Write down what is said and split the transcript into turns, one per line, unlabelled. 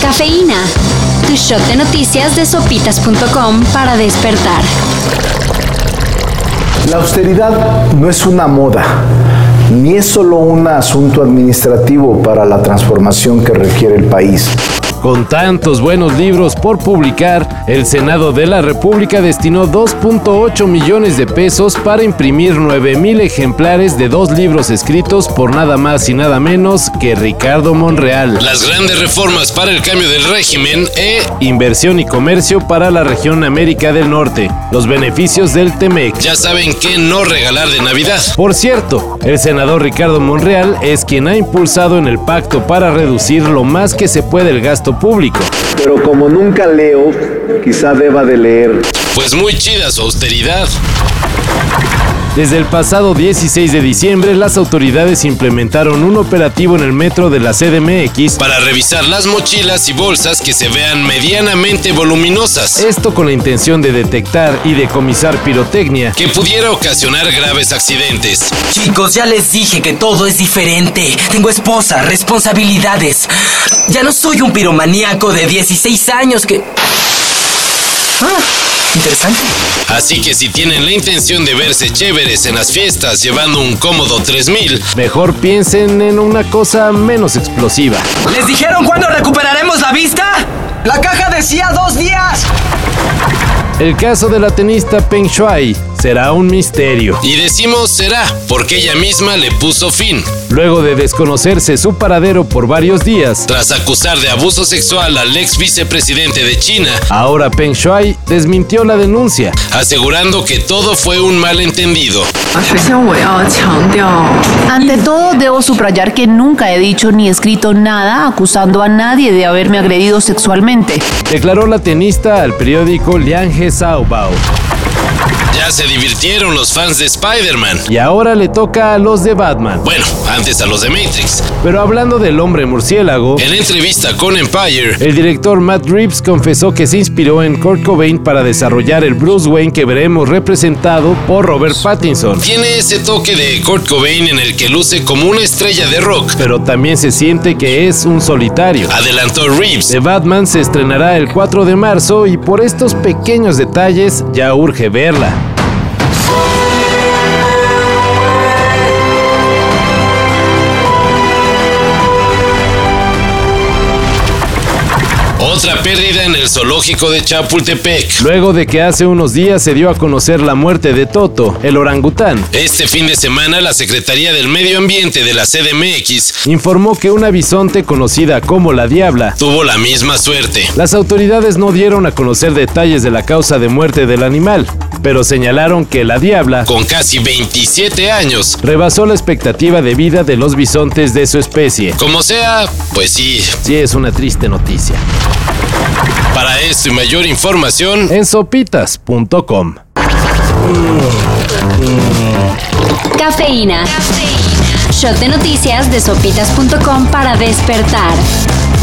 Cafeína. Tu shot de noticias de sopitas.com para despertar.
La austeridad no es una moda, ni es solo un asunto administrativo para la transformación que requiere el país.
Con tantos buenos libros por publicar, el Senado de la República destinó 2.8 millones de pesos para imprimir 9.000 ejemplares de dos libros escritos por nada más y nada menos que Ricardo Monreal. Las grandes reformas para el cambio del régimen e inversión y comercio para la región América del Norte. Los beneficios del TEMEC. Ya saben que no regalar de Navidad. Por cierto, el senador Ricardo Monreal es quien ha impulsado en el pacto para reducir lo más que se puede el gasto público.
Pero como nunca leo, quizá deba de leer.
Pues muy chida su austeridad. Desde el pasado 16 de diciembre, las autoridades implementaron un operativo en el metro de la CDMX para revisar las mochilas y bolsas que se vean medianamente voluminosas. Esto con la intención de detectar y decomisar pirotecnia que pudiera ocasionar graves accidentes.
Chicos, ya les dije que todo es diferente. Tengo esposa, responsabilidades. Ya no soy un piromaníaco de 16 años que... Ah, interesante.
Así que si tienen la intención de verse chéveres en las fiestas llevando un cómodo 3000, mejor piensen en una cosa menos explosiva.
¿Les dijeron cuándo recuperaremos la vista? La caja decía dos días.
El caso de la tenista Peng Shuai será un misterio. Y decimos será, porque ella misma le puso fin. Luego de desconocerse su paradero por varios días, tras acusar de abuso sexual al ex vicepresidente de China, ahora Peng Shuai desmintió la denuncia, asegurando que todo fue un malentendido.
Ante todo, debo subrayar que nunca he dicho ni escrito nada acusando a nadie de haberme agredido sexualmente.
Declaró la tenista al periódico Lianhe Saobao. Ya se divirtieron los fans de Spider-Man. Y ahora le toca a los de Batman. Bueno, antes a los de Matrix. Pero hablando del hombre murciélago, en entrevista con Empire, el director Matt Reeves confesó que se inspiró en Kurt Cobain para desarrollar el Bruce Wayne que veremos representado por Robert Pattinson. Tiene ese toque de Kurt Cobain en el que luce como una estrella de rock, pero también se siente que es un solitario. Adelantó Reeves. The Batman se estrenará el 4 de marzo y por estos pequeños detalles ya urge verla. Otra pérdida en el zoológico de Chapultepec. Luego de que hace unos días se dio a conocer la muerte de Toto, el orangután. Este fin de semana la Secretaría del Medio Ambiente de la CDMX informó que una bisonte conocida como la Diabla tuvo la misma suerte. Las autoridades no dieron a conocer detalles de la causa de muerte del animal, pero señalaron que la Diabla, con casi 27 años, rebasó la expectativa de vida de los bisontes de su especie. Como sea, pues sí. Sí es una triste noticia. Para esto y mayor información en sopitas.com.
Cafeína. Shot de noticias de sopitas.com para despertar.